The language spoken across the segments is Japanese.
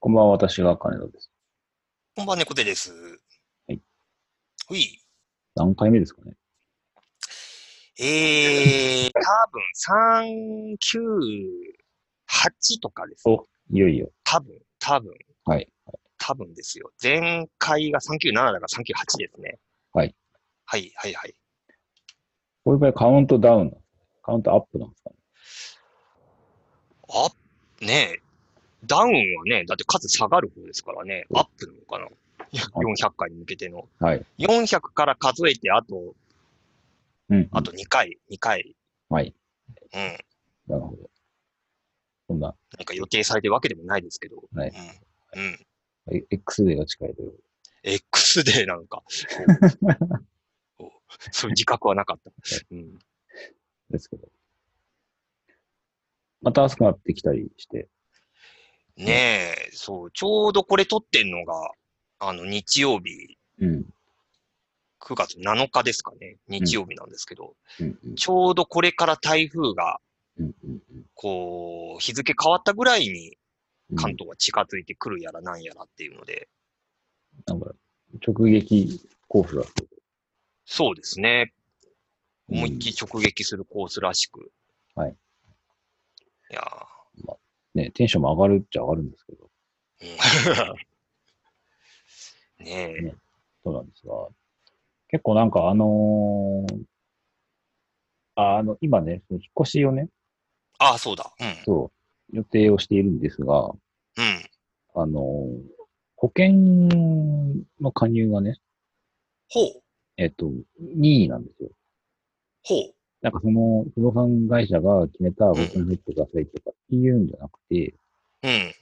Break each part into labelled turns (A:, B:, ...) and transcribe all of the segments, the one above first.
A: こんばんは、私が金田です。
B: こんばんは、猫手です。
A: はい。
B: ほい。
A: 何回目ですかね
B: えー、多分3、9、8とかです。
A: おいよいよ。
B: 多分、多分、
A: はい。
B: 多分ですよ。前回が397だから398ですね。
A: はい。
B: はい、はい、はい。
A: こういう場合、カウントダウンなんですかカウントアップなんですかね
B: あ、ねえ。ダウンはね、だって数下がる方ですからね。アップなのかな。いや400回に向けての。
A: はい。
B: 400から数えて、あと、
A: うん。
B: あと2回、2回。
A: はい。
B: うん。
A: なるほど。そんな、
B: なんか予定されてるわけでもないですけど。
A: はい
B: うん。うん。
A: え X デーが近いという。
B: X デーなんか、おお そういう自覚はなかった。うん、
A: ですけど。また暑くなってきたりして。
B: ねえ、そう、ちょうどこれ撮ってんのが、あの、日曜日、
A: うん。
B: 9月7日ですかね、日曜日なんですけど、
A: うん。うん
B: ちょうどこれから台風が、
A: うん。うん
B: こう、日付変わったぐらいに
A: うん。
B: 関東は近づいてくるやらなんやらっていうので、
A: なんか、直撃コースだって。
B: そうですね、
A: うん
B: 思いっきり直撃するコースらしく。
A: はい。
B: いやー
A: ね、テンションも上がるっちゃ上がるんですけど。
B: うんねえ。
A: そうなんですが、結構なんかあのーああの、今ね、その引っ越しをね、
B: ああ、そうだ。うん。
A: そう、予定をしているんですが、
B: うん。
A: あのー保険の加入がね、
B: ほう。
A: えっと、任意なんですよ。
B: ほう。
A: なんかその不動産会社が決めた保険入ってくださいとかっていうんじゃなくて、
B: うん。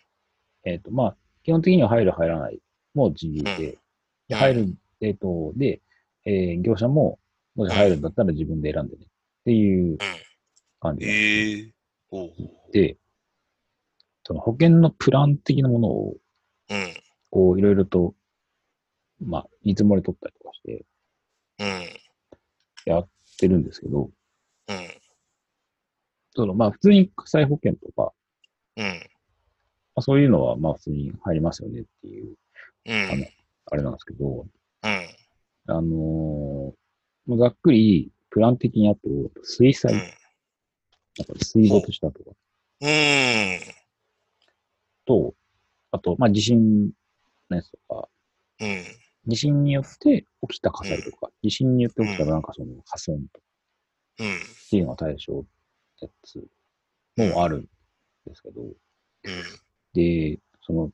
A: えっと、まあ、基本的には入る入らないも自由で、で入る、えっと、で、えー業者も、もし入るんだったら自分で選んでね、っていう感じなんです
B: ええほうほうほ
A: で、その保険のプラン的なものを、
B: う。うん。
A: こう、いろいろと、まあ、見積もり取ったりとかしてや
B: うん。
A: ってるんですけど、
B: うん。
A: その、まあ、普通に火災保険とか、
B: うん。
A: まあ、そういうのは、まあ、普通に入りますよねっていう、
B: うん。うん。
A: あれなんですけど、
B: うん。
A: あのーもうざっくり、プラン的にやってる、水災、なんか水没したとか、
B: うん。
A: と、あと、まあ、地震のやつとか、
B: うん。
A: 地震によって起きた火災とか、地震によって起きたなんかその破損とか
B: うん。
A: っていうのが対象ってやつもあるんですけど、
B: うん。
A: で、その、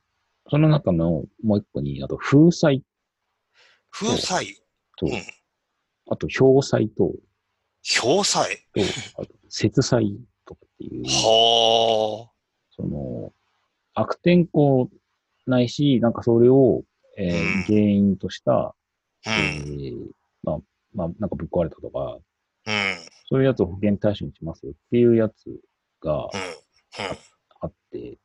A: その中のもう一個に、あと風災
B: 風災。
A: と、
B: うん
A: あと氷災と、
B: 氷災。
A: とあと雪災とかっていう、
B: はあ。
A: その、悪天候ないし、なんかそれを、えー
B: うん
A: 原因とした、
B: う
A: え
B: ん。
A: ーまあ、まあ、なんかぶっ壊れたとか、
B: うん。
A: そういうやつを保険対象にしますよっていうやつが
B: うん。
A: あって、
B: うん。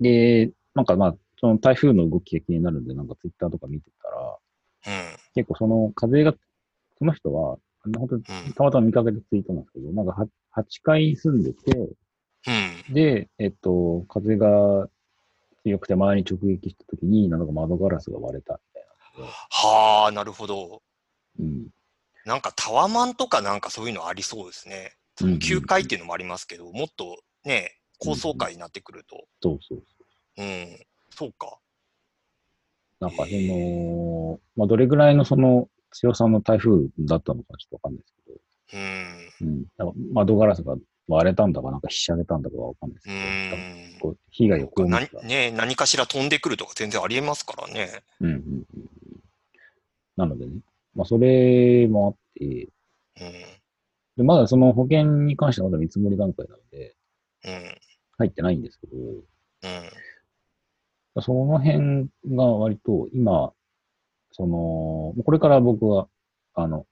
A: で、なんかまあ、その台風の動きが気になるんで、なんかツイッターとか見てたら、
B: うん。
A: 結構その風が、その人は、あの本当
B: うん
A: にたまたま見かけたツイートなんですけど、なんかは8階住んでて、
B: うん。
A: で、えっと、風が強くて周りに直撃した時に、なんか窓ガラスが割れたみ
B: はあ、なるほど。
A: たいな。うん。
B: なんかタワマンとかなんかそういうのありそうですね。そ
A: うん
B: の9階っていうのもありますけど、もっとね、高層階になってくると。
A: そうそうそう。
B: うん。そうか。
A: なんかその、まあ、どれぐらいのその強さの台風だったのかちょっとわかんないですけど、
B: うん。
A: うん、なんか窓ガラスが割れたんだか、なんかひしゃげたんだかはわかんないです
B: う
A: けど、多分
B: ん。
A: こう被害を被
B: な
A: った。
B: ね、何かしら飛んでくるとか全然ありえますからね。
A: うんうんうんうんなのでね、まあ、それもあって、
B: うん。
A: でまだその保険に関してはまだ見積もり段階なので、
B: うん。
A: 入ってないんですけ
B: うん。
A: ど、その辺が割と今、その、もうこれから僕は、あの、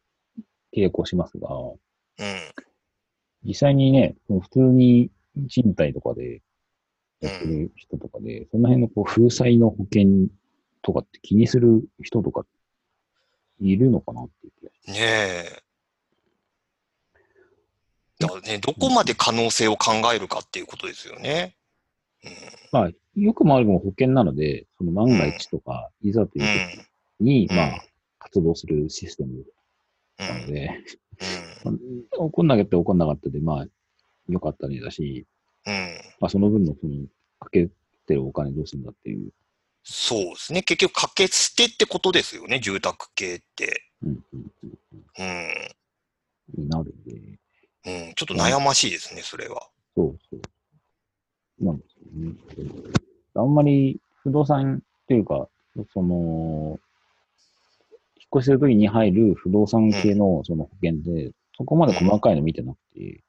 A: 契約をしますが、
B: うん。
A: 実際にね、その普通に賃貸とかでやってる人とかで、その辺のこう風災の保険とかって気にする人とかいるのかなっていう気がし
B: ねえ。だからね、どこまで可能性を考えるかっていうことですよね。
A: まあ、よくも悪くも保険なので、その万が一とか、いざと
B: うん。う。
A: いうん時に、
B: うん
A: まあ、活動するシステム
B: う
A: なの
B: ん。
A: で、
B: う
A: まあ怒んなかったら怒んなかったで、まあ、良かったねだし、
B: ん。うん。
A: まあ、その分の、その、かけてるお金どうするんだっていう。
B: そうですね。結局、掛け捨てってことですよね、住宅系って。
A: うん、うん、
B: うん。
A: うんになるんで、
B: うん。ちょっと悩ましいですね、それは。
A: そうそう。なんですよね。あんまり不動産っていうか、その、引っ越しするときに入る不動産系のその保険で、そこまで細かいの見てなくて、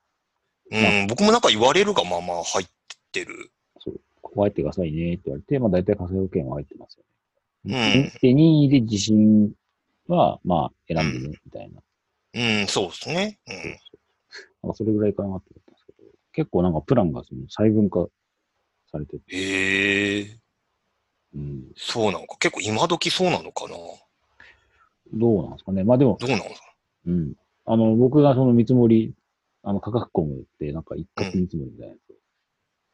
B: うん。僕もなんか言われるがまま入ってる。
A: そう、ここ入ってくださいねって言われて、まあ大体火災保険は入ってますよ
B: うん
A: ね。で、任意で地震は、まあ選んでね、みたいな。
B: うん、そうですね。う。
A: そうんなんかそれぐらいかなって思ったんですけど、結構なんかプランがその細分化されてて、
B: へえ、
A: うん、
B: そうなのか。結構今時そうなのかな。ど
A: どうなんですかね。まあでも、
B: うなのか
A: うん。あの、僕がその見積もり、あの、価格コムって、なんか一括見積もりみたいなやつを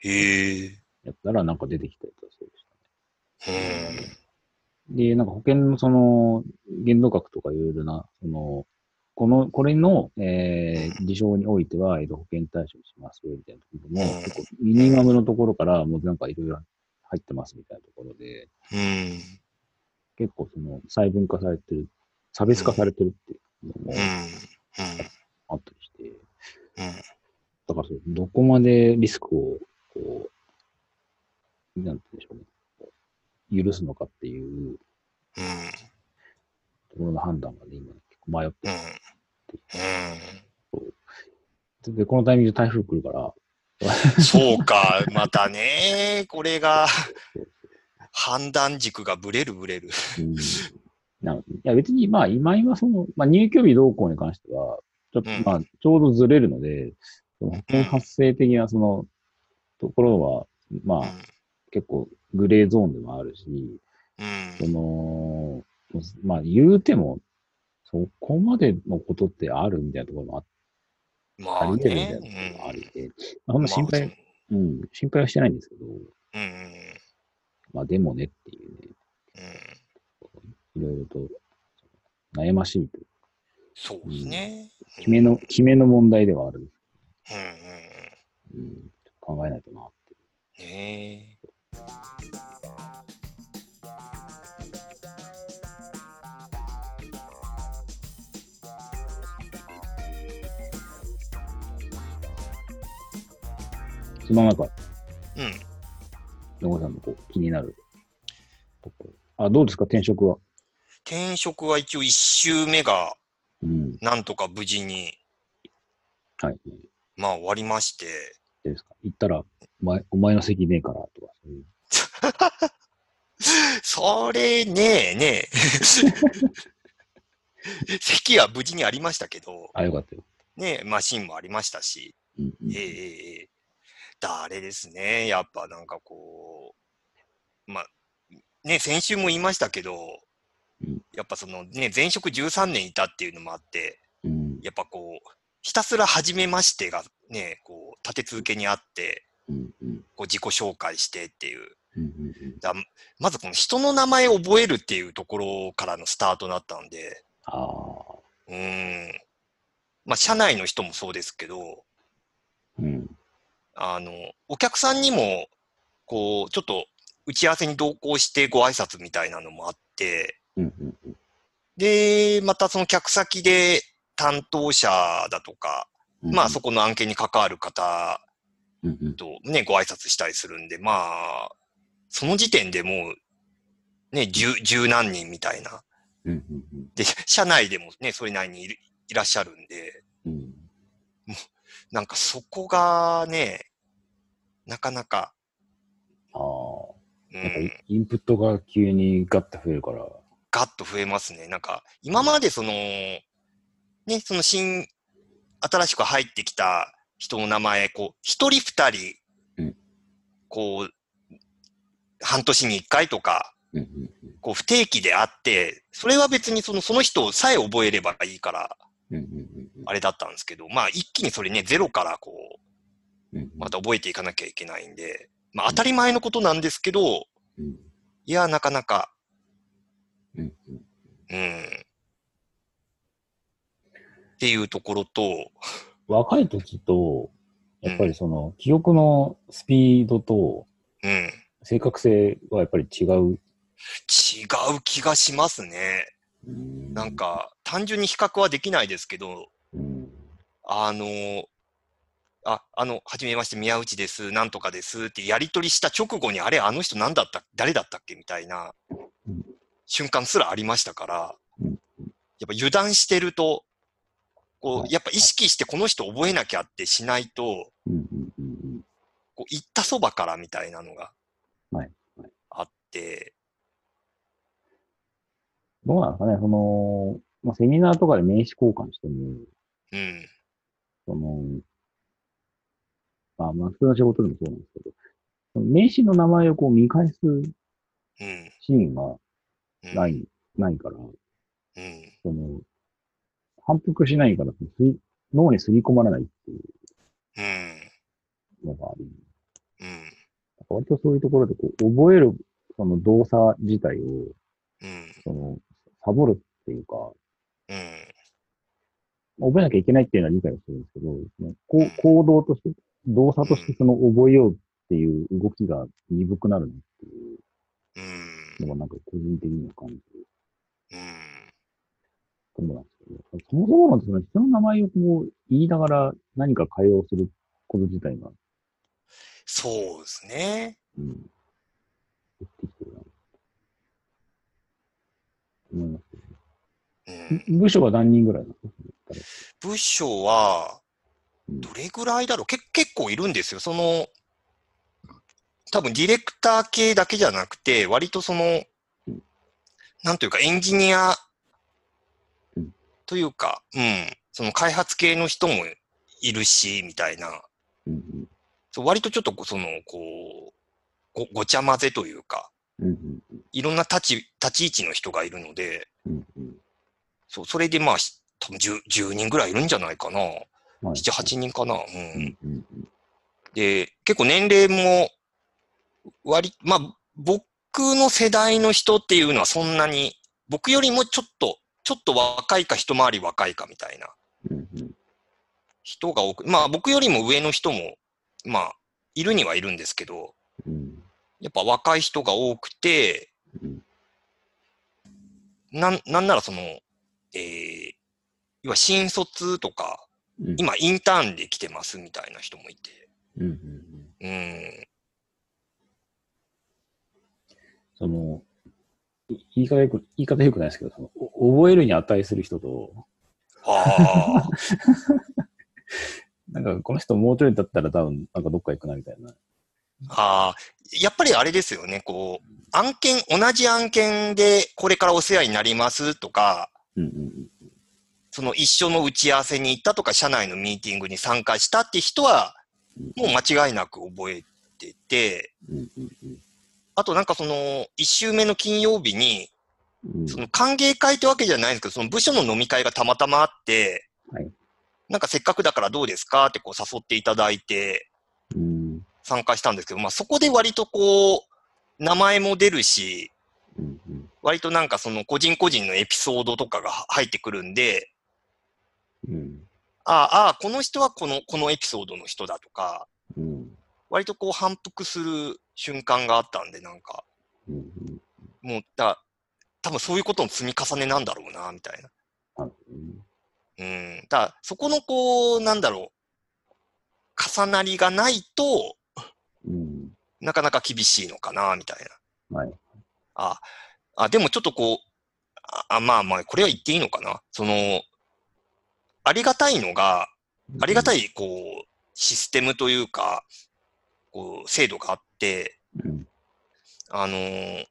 B: へえ、
A: やったら、なんか出てきたりとかそうでし
B: うん。
A: たね。で、なんか保険のその、限度額とかいろいろな、その、この、これの、えー、事象においては、えっと、保険対象にしますよ、みたいなところ
B: う
A: も、
B: ん
A: 結構、ミニマムのところから、もうなんかいろいろ入ってますみたいなところで、
B: うん。
A: 結構その、細分化されてる、差別化されてるっていうの
B: うん。
A: も
B: うん。
A: あったりして、
B: うん。
A: だからそう、どこまでリスクを、こう、なんて言うんでしょうね、許すのかっていう
B: うん。
A: ところの判断がね、今、結構迷っ
B: うん。
A: て。で、このタイミングで台風来るから、
B: うん。そうか。 またね、これが、判断軸がブレるブレる。
A: うん、なのでいや別に、まあ、今今その、まあ、入居日動向に関しては、ちょっと
B: うん、
A: まあ、ちょうどずれるので、その保険発生的なその、ところは、ま
B: うん
A: あ、。結構グレーゾーンでもあるし、
B: うん。
A: その、まあ言うても、そこまでのことってあるみたいなところも
B: ま
A: あ
B: あ
A: り得るみたいな
B: ね
A: と。ころもありで、まあ、
B: う
A: そん
B: ん。
A: な心配、うん、心配はしてないんですけど、
B: うん。
A: まあでもねっていうね、
B: うん。
A: いろいろと悩ましいという、
B: そうですね。
A: 決めの、決めの問題ではあるんです。
B: うんうんうん。
A: うん、考えないとなって。
B: ねえ。
A: その中、
B: うん。
A: 野川さんのこう気になるところ。あ、どうですか転職は。
B: 転職は一応一周目が
A: うん。
B: なんとか無事に、
A: はい。
B: まあ終わりまして、
A: どうですか行ったら、お前、お前の席ねえから、とか。そういう
B: それねえ ねえ。席は無事にありましたけど、
A: あ、よかったよ。
B: ねえ、マシンもありましたし、
A: うん、うん
B: ええええええ。だあれですね、やっぱなんかこう、まあ、ね、先週も言いましたけど
A: うん、
B: やっぱそのね、前職13年いたっていうのもあって、
A: うん。
B: やっぱこう、ひたすら初めましてがね、こう、立て続けにあって、
A: うんうん
B: こう自己紹介してっていう。
A: うんうん
B: だまずこの人の名前を覚えるっていうところからのスタートだったんで、
A: ああ、
B: うーん。まあ、社内の人もそうですけど、
A: うん。
B: あの、お客さんにも、こう、ちょっと打ち合わせに同行してご挨拶みたいなのもあって、
A: うんうんうん
B: で、またその客先で担当者だとか、
A: うん
B: まあそこの案件に関わる方
A: うんうん
B: とね、ご挨拶したりするんで、まあ、その時点でもう、ね、十、十何人みたいな。
A: うんうんうん
B: で、社内でもね、それなりにいるいらっしゃるんで、
A: うん
B: なんかそこがね、なかなか、
A: ああ、
B: う
A: なんかイ
B: ん、
A: インプットが急にガッと増えるから。
B: ガッと増えますね。なんか、今までその、ね、その新、新しく入ってきた人の名前、こう、一人二人、
A: うん
B: こう、半年に一回とか、
A: うんうん
B: こう不定期であって、それは別にそのその人さえ覚えればいいから、
A: うんうんうんうん
B: あれだったんですけど、まあ一気にそれね、ゼロからこう、
A: うんうん
B: また覚えていかなきゃいけないんで、まあ、当たり前のことなんですけど、
A: うん
B: いや、なかなか、
A: うん
B: うん。っていうところと、
A: 若い時と、やっぱりその、記憶のスピードと
B: うん、違う
A: 正確性はやっぱり違う。
B: 気がしますね。なん、か、単純に比較はできないですけど、
A: うん、
B: あの、あ、あの、はじめまして、宮内です、なんとかですってやり取りした直後に、あれ、あの人なんだった、誰だったっけみたいな
A: うん
B: 瞬間すらありましたから
A: うん、
B: やっぱ油断してると、こ
A: は
B: う、やっぱ意識してこの人覚えなきゃってしないと、
A: うん、うん、うん。
B: こう、行ったそばからみたいなのが
A: はいは
B: あって、
A: どうなんですかね、その、まあ、セミナーとかで名刺交換しても、
B: うん、
A: その、まあ、まあ、普通の仕事でもそうなんですけど、その名刺の名前をこう見返す
B: うん、
A: シーンが
B: うん、
A: ない、ないから、
B: うん、
A: その、反復しないから、すり脳にすり込まれないってい
B: うん、
A: うのがあり、
B: うん、
A: 割とそういうところでこう、覚える、その動作自体を、
B: うん、
A: その、サボるっていうか、
B: うん、
A: 覚えなきゃいけないっていうのは理解をするんですけど、そのこう行動として、動作としてその覚えようっていう動きが鈍くなるっていう
B: うん、
A: のがなんか個人的には感じる
B: うん。
A: ところなんですけど、そもそものその人の名前をこう言いながら何か会話をすること自体が、
B: そうですね。
A: うん、できてきてるな。思います
B: う
A: け
B: ん
A: ど。部署は何人ぐらいなんですか
B: 部署は、
A: うん
B: どれぐらいだろうけ結構いるんですよ。その、多分ディレクター系だけじゃなくて、割とその
A: うん、
B: なんというかエンジニア
A: うん
B: というか、うん、その開発系の人もいるし、みたいな。
A: うん
B: そう割とちょっとこうその、こう、ごごちゃ混ぜというか、
A: うん。うん
B: いろんな立ち、立ち位置の人がいるので、
A: うん。うんうん。
B: そう、それでまあ、し多分 10, 10人ぐらいいるんじゃないかな。
A: はい
B: 7、8人かな。う。
A: うんんうん
B: で、結構年齢も、割、まあ、僕の世代の人っていうのはそんなに、僕よりもちょっと、ちょっと若いか一回り若いかみたいな
A: うんうん。
B: 人が多く、まあ僕よりも上の人も、まあ、いるにはいるんですけど、
A: うん
B: やっぱ若い人が多くて、
A: うん
B: なん、なんならその、えー、要は新卒とか、
A: うん。
B: 今インターンで来てますみたいな人もいて。
A: うんうんうん。
B: うん。
A: その、い言い方よく、言い方よくないですけど、そのお覚えるに値する人と、
B: ああ。
A: なんかこの人もうちょいだったら多分、なんかどっか行くなみたいな。
B: ああ。やっぱりあれですよね。こう、案件、同じ案件でこれからお世話になりますとか、
A: うんうん
B: その一緒の打ち合わせに行ったとか、社内のミーティングに参加したって人は、もう間違いなく覚えてて、
A: うん。うんうんうん
B: あとなんかその、一週目の金曜日に、
A: うん
B: その歓迎会ってわけじゃないんですけど、その部署の飲み会がたまたまあって、
A: はい
B: なんかせっかくだからどうですかってこう誘っていただいて
A: うん
B: 参加したんですけど、まあそこで割とこう、名前も出るし、
A: うんうん
B: 割となんかその個人個人のエピソードとかが入ってくるんで、
A: うん
B: ああ、ああ、この人はこの、このエピソードの人だとか、
A: うん
B: 割とこう反復する瞬間があったんで、なんか、
A: うん
B: もう、だ、多分そういうことの積み重ねなんだろうな、みたいな。
A: なるほどね
B: うん。だからそこのこう、なんだろう、重なりがないと、
A: うん
B: なかなか厳しいのかな、みたいな。
A: はい。
B: あ、あ、でもちょっとこう、あ、あまあまあ、これは言っていいのかな。その、ありがたいのが、ありがたい、こう、システムというか、こう、制度があって、
A: うん
B: あのー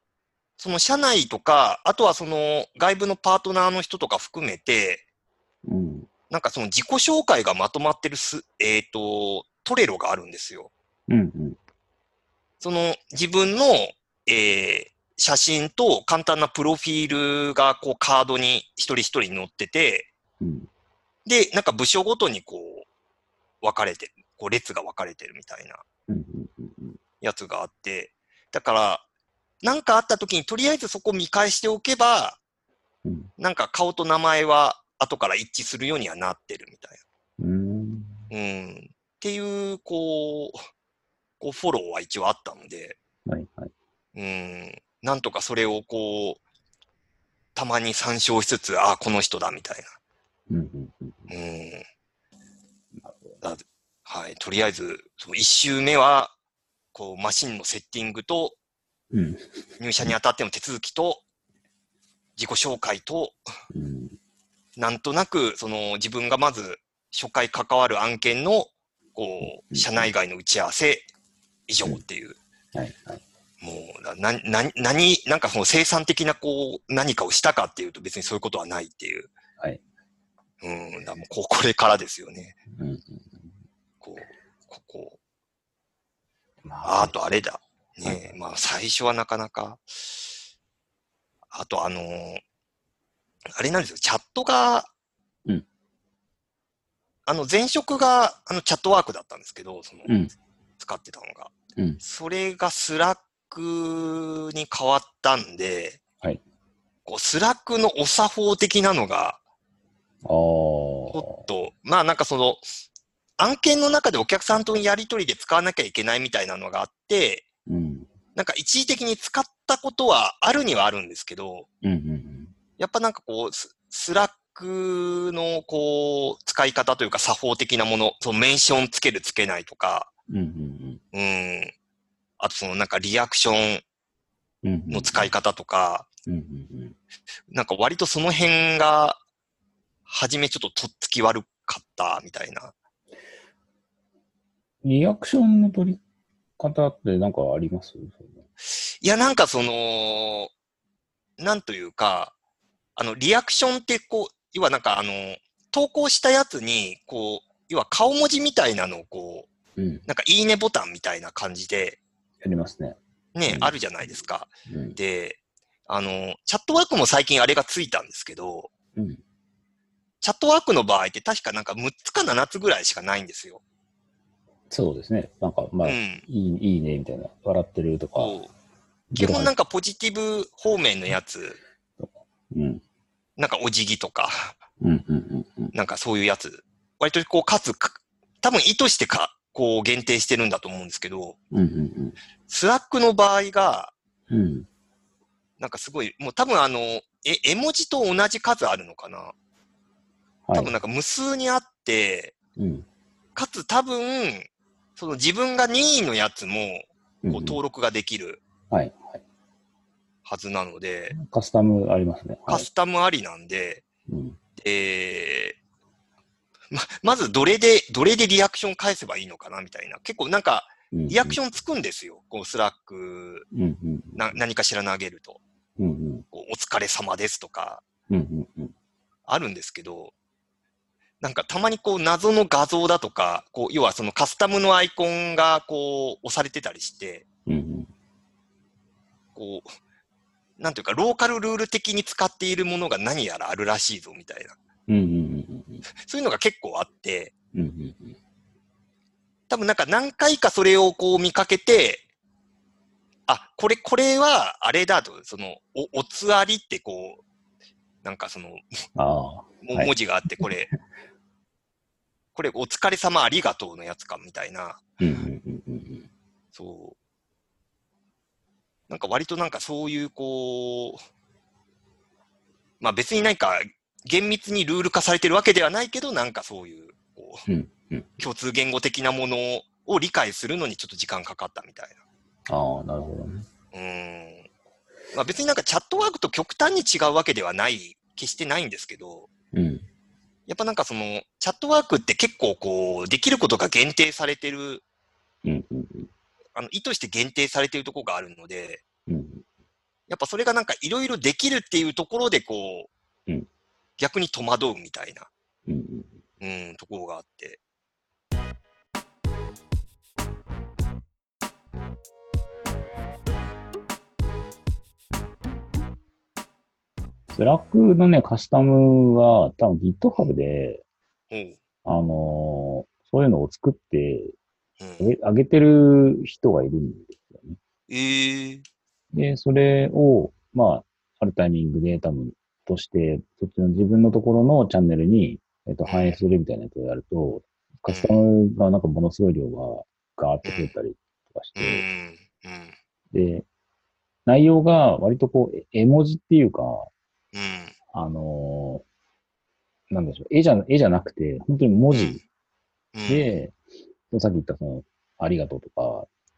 B: その社内とか、あとはその外部のパートナーの人とか含めて、
A: うん
B: なんかその自己紹介がまとまってるす、えっ、と、トレロがあるんですよ。
A: うんうん
B: その自分の、えー写真と簡単なプロフィールがこうカードに一人一人載ってて、
A: うん
B: で、なんか部署ごとにこう、分かれてる、こう列が分かれてるみたいな。
A: うんうんうん
B: やつがあって、だから、なんかあった時にとりあえずそこ見返しておけば、
A: うん
B: なんか顔と名前は後から一致するようにはなってるみたいな。
A: うーん。
B: うんっていう、こう、こうフォローは一応あったので、
A: はいはい。
B: うん、なんとかそれをこう、たまに参照しつつ、ああ、この人だ、みたい
A: うんうんうん。
B: な。うん。
A: なるほど。
B: はい。とりあえず、その一周目は、こう、マシンのセッティングと、
A: うん。
B: 入社にあたっての手続きと、自己紹介と、
A: うん。
B: なんとなく、その自分がまず初回関わる案件の、こ
A: う
B: う、
A: ん
B: 社内外の打ち合わせ以上っていう、
A: はいはい。
B: もう、な、な、な何、なんかその生産的なこう、何かをしたかっていうと別にそういうことはないっていう。
A: はい。
B: うん、だからもうこうこれからですよね。
A: うんうん。
B: こう、ここ、
A: ま
B: ああ
A: あ、
B: とあれだ。ね
A: は
B: え、まあ最初はなかなか。あとあのーあれなんですよ、チャットが、
A: うん
B: あの前職があのチャットワークだったんですけど、その
A: うん
B: 使ってたのが。
A: うん
B: それがスラックに変わったんで、
A: はい
B: こうスラックのお作法的なのが、
A: あ
B: ち
A: ー
B: ょっと、まあなんかその、案件の中でお客さんとのやり取りで使わなきゃいけないみたいなのがあって、
A: うん。
B: なんか一時的に使ったことはあるにはあるんですけど、
A: うんうん
B: やっぱなんかこう、ススラックのこう、使い方というか作法的なもの、そのメンションつけるつけないとか、
A: うん。うんうん
B: うん。あとそのなんかリアクション
A: うん。うんうん
B: の使い方とか、
A: うんうんうん。
B: なんか割とその辺が、初めちょっととっつき悪かったみたいな。
A: リアクションの取り方ってなんかあります
B: いや、なんかその、なんというか、あの、リアクションってこう、要はなんかあの、投稿したやつに、こう、要は顔文字みたいなのをこう、
A: うん。や
B: なんかいいねボタンみたいな感じで、
A: りますね。
B: ね、
A: うん
B: あるじゃないですか。
A: うん。
B: で、あの、チャットワークも最近あれがついたんですけど、
A: うん。
B: チャットワークの場合って確かなんか6つか7つぐらいしかないんですよ。
A: そうですね。なんか、ま
B: う
A: あ、い
B: ん。
A: い、いいね、みたいな。笑ってるとか。
B: こう、基本なん
A: か、
B: かポジティブ方面のやつ、
A: うん。
B: なんかお辞儀とか、
A: うんうんうんうん。
B: なんかそういうやつ。割とこう、かつ、か多分意図してか、こう限定してるんだと思うんですけど、
A: うんうん
B: スラックの場合が、
A: うん。うん。
B: なんかすごい、もう多分あの、え、絵文字と同じ数あるのかな
A: は
B: 多
A: い
B: 分。なんか無数にあって、
A: うん。
B: かつ多分、その自分が任意のやつも、
A: うん
B: こう登録ができる
A: はい。はい
B: はずなので、
A: カスタムありますね。は
B: カ
A: い。
B: スタムありなんで、
A: うん。
B: えーま、まずどれで、どれでリアクション返せばいいのかなみたいな。結構なんか、リアクシ
A: ョ
B: ョンつくんですよ。こう、スラック、
A: ン。うんうん。
B: な、何かしら投げると。
A: うんうん。
B: こうお疲れ様ですとか、
A: うんうんうん。
B: あるんですけど、なんかたまにこう、謎の画像だとか、こう、要はそのカスタムのアイコンが、こう、押されてたりして、
A: うんうん。
B: こう、なんていうか、ローカルルール的に使っているものが何やらあるらしいぞ、みたいな。
A: うんうんうんうん。
B: そういうのが結構あって、
A: うんうんうん。
B: 多分なんか何回かそれをこう見かけて、あ、これ、これは、あれだと、その、お、おつわりってこう、なんかその、
A: ああ。
B: も
A: はい
B: 文字があって、これ、 これ、お疲れ様ありがとうのやつか、みたいな、
A: うんうんうんうんうん。
B: そう。なんか割となんかそういう、こう、まあ別になんか、厳密にルール化されてるわけではないけど、なんかそういう、こう、
A: うんうん
B: 共通言語的なものを理解するのにちょっと時間かかったみたいな。
A: ああ、なるほどね。
B: うーんまあ、別になんかチャットワークと極端に違うわけではない、決してないんですけど、
A: うん。
B: やっぱなんかその、チャットワークって結構こう、できることが限定されてる、
A: うんうん
B: あの、意図して限定されてるところがあるので、
A: うん。うん
B: やっぱそれがなんかいろいろできるっていうところでこう、
A: うん
B: 逆に戸惑うみたいな、
A: うんうん。
B: うん、ところがあって。
A: スラックのね、カスタムは、多分 GitHub で、
B: おう
A: あのーそういうのを作って、
B: うん。
A: え上げてる人がいるんですよね。
B: えー、
A: で、それを、まあ、あるタイミングで多分、として、そっちの自分のところのチャンネルに、えっと、反映するみたいなやつをやると、カスタムがなんかものすごい量がガーッと増えたりとかし
B: う
A: て、
B: ん。うん。
A: で、内容が割とこう、え絵文字っていうか、
B: うん。
A: あのーなんでしょう、絵じゃ、絵じゃなくて、本当に文字
B: うん、
A: で、さっき言ったその、ありがとうとか、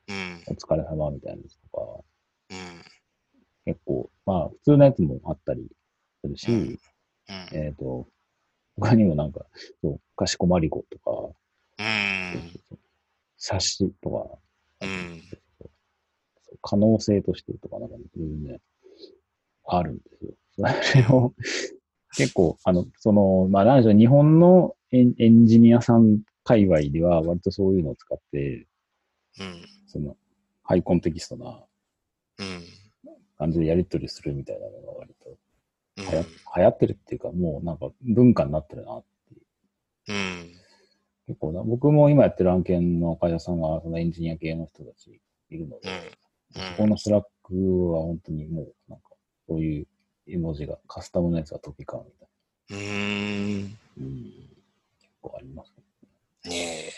B: うん、
A: お疲れ様みたいなやつとか、
B: うん、
A: 結構、まあ、普通のやつもあったりするし、
B: うんうん、
A: えっ、と、他にもなんか、そう、かしこまりごとか、
B: うん、
A: 冊子とか、
B: うん、
A: そう可能性としてとか、なんかね、そういうね、あるんですよ。 それを、結構、あの、その、まあ、何でしょう、日本のエンエンジニアさん界隈では、割とそういうのを使って、
B: うん、
A: その、ハイコンテキストな
B: うん、
A: 感じでやり取りするみたいなのが割と
B: うん、
A: 流行流行ってるっていうか、もうなんか文化になってるな
B: うん、
A: 結構な、僕も今やってる案件の会社さんが、そのエンジニア系の人たちいるので、そこのスラックは本当にもう、なんか、そういう絵文字が、カスタムのやつが飛び交うみたい
B: うん、
A: な、結構あります、ね。
B: ねえ、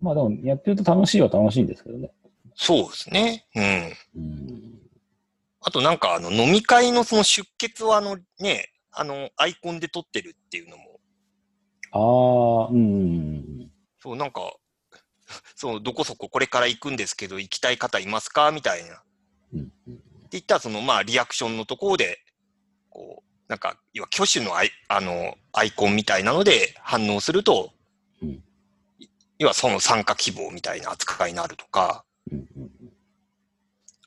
A: まあでも、やってると楽しいは楽しいんですけどね。
B: そうですね。うん。
A: うん。
B: あとなんか、あの、飲み会のその出血をあの、ね、あの、アイコンで撮ってるっていうのも、
A: ああ、うん。
B: そう、なんか、 そう、どこそここれから行くんですけど、行きたい方いますかみたいな。
A: うん。うん
B: って言ったら、その、まあ、リアクションのところで、こう、なんか、要は挙手のアイあのアイコンみたいなので反応すると、
A: うん
B: い要はその参加希望みたいな扱いになるとか、
A: うん。うん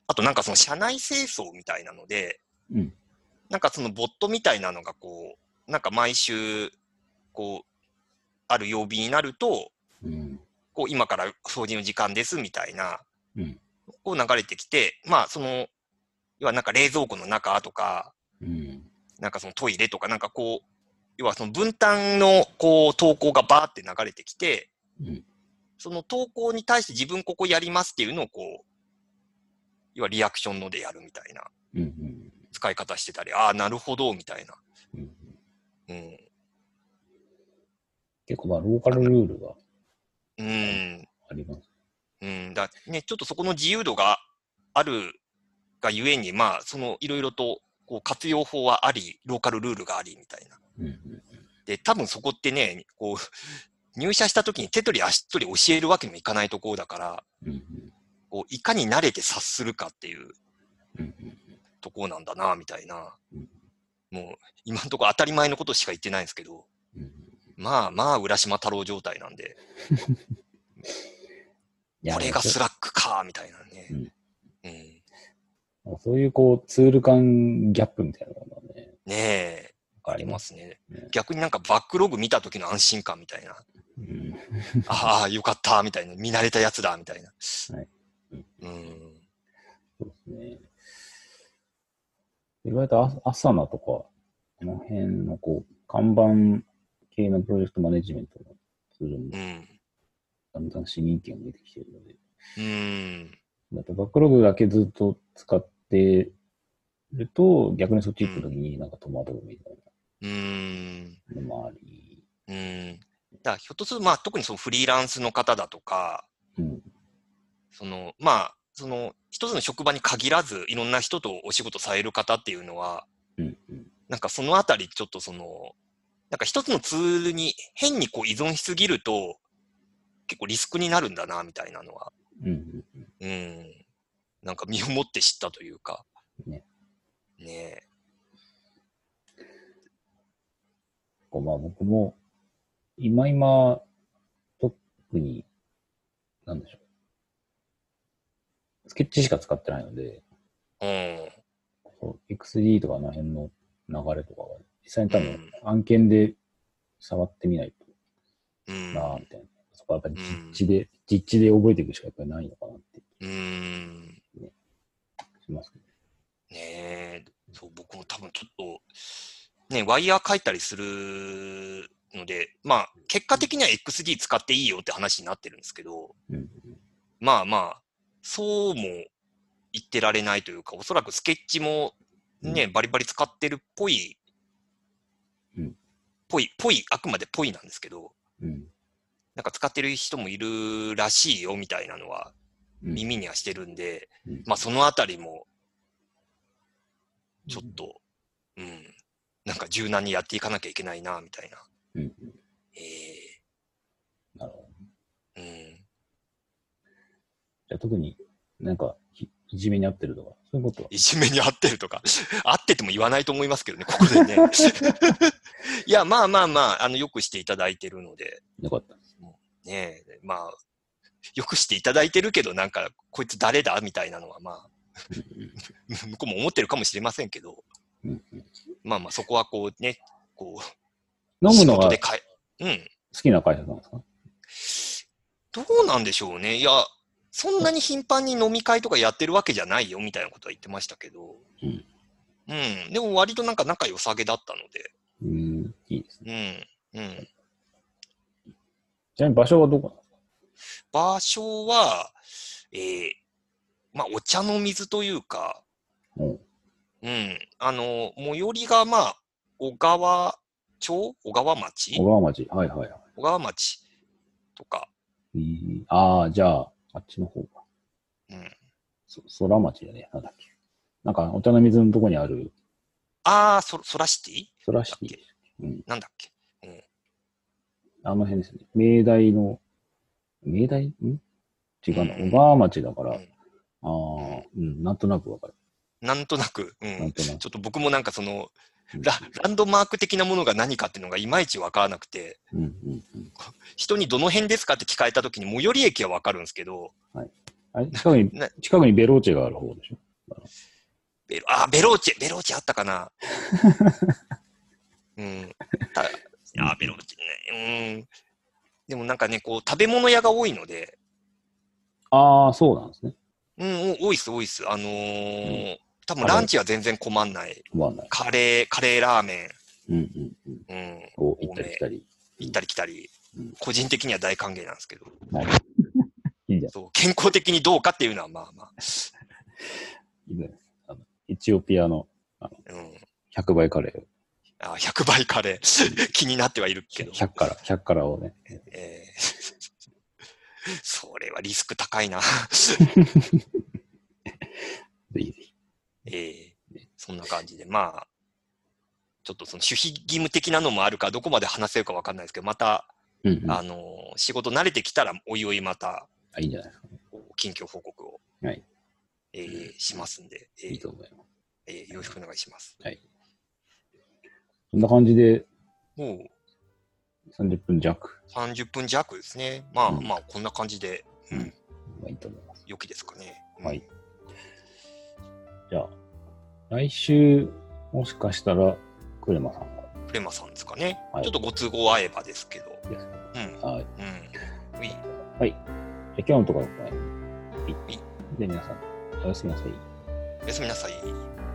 B: あとなんかその社内清掃みたいなので、
A: うん
B: なんかそのボットみたいなのがこう、なんか毎週、こう、ある曜日になると、
A: うん。
B: こう、今から掃除の時間ですみたいな、
A: うん
B: こう流れてきて、まあ、その、要はなんか冷蔵庫の中とか、
A: うん。
B: なんかそのトイレとか、なんかこう、要はその分担のこう投稿がバーって流れてきて、
A: うん
B: その投稿に対して自分ここやりますっていうのをこう、要はリアクションのでやるみたいな
A: うん。うん。
B: 使い方してたり、ああ、なるほど、みたいな。
A: うん
B: うん。
A: 結構、まあ、ローカルルールが
B: うん。
A: あります。
B: うん。だね、ちょっとそこの自由度があるがゆえに、まあ、そのいろいろとこう活用法はあり、ローカルルールがあり、みたいな。
A: うん。うん
B: で、多分そこってね、こう、入社した時に手取り足取り教えるわけにもいかないところだから、
A: うん。うん
B: こういかに慣れて察するかっていう
A: うん。
B: ところなんだな、みたいな
A: うん。
B: もう、今のところ当たり前のことしか言ってないんですけど、
A: うん。
B: まあまあ、浦島太郎状態なんで、
A: いや
B: これがスラックか、みたいなね。うん。
A: そういうこうツール間ギャップみたいなのがね、。
B: ねえ、ありますすね
A: ね。
B: 逆になんかバックログ見た時の安心感みたいな。
A: うん、
B: ああ、よかった、みたいな。見慣れたやつだ、みたいな。
A: はいうん
B: うん。
A: そうですね。意外とアアサナとか、この辺のこう、看板系のプロジェクトマネジメントのツールも
B: うん。
A: だんだん市民権が出てきてるので、
B: うん。
A: だとバックログだけずっと使ってると、逆にそっち行った時になんか戸惑うみたいう
B: ーん。
A: なのもあり、
B: うーん。だからひょっとすると、まあ、特にそのフリーランスの方だとか、
A: うん、
B: その、まあ、その、一つの職場に限らず、いろんな人とお仕事される方っていうのは、
A: うん、うん、
B: なんかそのあたり、ちょっとその、なんか一つのツールに変にこう依存しすぎると、結構リスクになるんだな、みたいなのは、
A: うん、
B: うん。なんか身をもって知ったというか。
A: ね。
B: ねえ。
A: こうまあ僕も、今今、特に、なんでしょう。スケッチしか使ってないので、
B: うん。
A: そう XD とかあの辺の流れとかは、実際に多
B: う
A: 分
B: ん
A: 案件で触ってみない
B: うん
A: となぁ、みたいな。そこはやっぱり
B: うん
A: 実地で、実地で覚えていくしかやっぱりないのかなって
B: うん。
A: しますけど。
B: ねえ、そう、僕も多分ちょっと、ね、ワイヤー書いたりするので、まあ、結果的には XD 使っていいよって話になってるんですけど、
A: うん
B: まあまあ、そうも言ってられないというか、おそらくスケッチもね、バリバリ使ってるっぽい、
A: うん
B: ぽい、ぽい、あくまでぽいなんですけど、
A: うん。
B: なんか使ってる人もいるらしいよみたいなのは
A: うん
B: 耳にはしてるんで、
A: うん
B: まあそのあたりもちょっと、うん、なんか柔軟にやっていかなきゃいけないな、みたいな。
A: うん
B: え
A: なるほど。
B: えうん。
A: じゃあ特になんかひ、いじめにあってるとか、そういうことはい
B: じめに合ってるとか、 合ってても言わないと思いますけどね、ここでね。 いや、まあまあまあ、あの、よくしていただいてるので、
A: よかったです。
B: ねえ、まあ、よくしていただいてるけど、なんか、こいつ誰だみたいなのは、まあ、 向こうも思ってるかもしれませんけど、
A: うんうん
B: まあまあ、そこはこうね、こう、
A: 飲むの
B: 仕事
A: が
B: で
A: 好
B: かい、うん。
A: きな会社なんですか
B: どうなんでしょうね。いや、そんなに頻繁に飲み会とかやってるわけじゃないよみたいなことは言ってましたけど、
A: うん
B: うん。でも割となんか仲良さげだったの
A: うーん、いいですね。
B: で、うん。うん。
A: ちなみに場所はどこなんですか
B: 場所は、えーまあ、お茶の水というか、
A: うん
B: うん。あの、最寄りがまあ、小川町小川町
A: 小川町。はいはいはい。
B: 小川町とか、
A: うーんああ、じゃあ、あっちの方か。
B: うん。
A: そ、空町だね。なんだっけ。なんか、お茶の水のとこにある、
B: ああ、そ、そらシティ
A: 空シティ。うん。
B: なんだっけ
A: あの辺ですね。明大の、明大ん違うな。
B: うん
A: 小川町だから、
B: う
A: あ
B: ん
A: あー、うん、なんとなくわかる。
B: なんとなく、うん。
A: なんとなく。
B: ちょっと僕もなんかその
A: うん
B: ラ、ランドマーク的なものが何かっていうのがいまいち分からなくて、
A: うんうんうん。
B: 人にどの辺ですかって聞かれたときに、最寄り駅は分かるんですけど、
A: あれ近くに
B: な、
A: 近くにベローチェがある方でしょ
B: ベロあ、ベローチェ、ベローチェあったか な。うん。たあ、ベローチェね。うん。でもなんかね、こう、食べ物屋が多いので、
A: ああ、そうなんですね。
B: うん、お多いっす、多いっす。あのー、多分ランチは全然困んない。
A: わかんない。
B: カレー、カレーラーメ
A: うんうんうん。
B: ン、うん、
A: こう、行ったり来たり。
B: 行ったり来たり
A: うん、
B: 個人的には大歓迎なんですけど。
A: はい。いいんじゃない
B: そう健康的にどうかっていうのはまあまあ、
A: いいんじゃないですかあのエチオピアの
B: うん、
A: 100倍カレーを
B: あ100倍カレー 気になってはいるけど、
A: 100から、100からをね。
B: え ーそれはリスク高 いな、
A: ぜひぜひ。
B: えーそんな感じでまあちょっとその守秘義務的なのもあるからどこまで話せるかわかんないですけどまた、
A: うん、うん。あ
B: あのー仕事慣れてきたらおいおいまた
A: いいんじゃないですかね。
B: 近況報告を、
A: はい
B: えーしますんで、えー
A: いいと思います。
B: えーよろしくお願いします。
A: そんな感じで
B: もう
A: 30分弱。
B: 30分弱ですね。まあ
A: うん
B: まあこんな感じで、う
A: うん
B: ん、
A: まあいいと思います。
B: 良きですかね。うん
A: はい。じゃあ、来週、もしかしたら、クレマさんが
B: フレマさんですかね、
A: はい
B: ちょっとご都合合えばですけど。
A: ですね。
B: うん。
A: はい。
B: うん。うい
A: はい。じゃあ今日のところはここまで。はいい。で、皆さん、おやすみなさい。
B: おやすみなさい。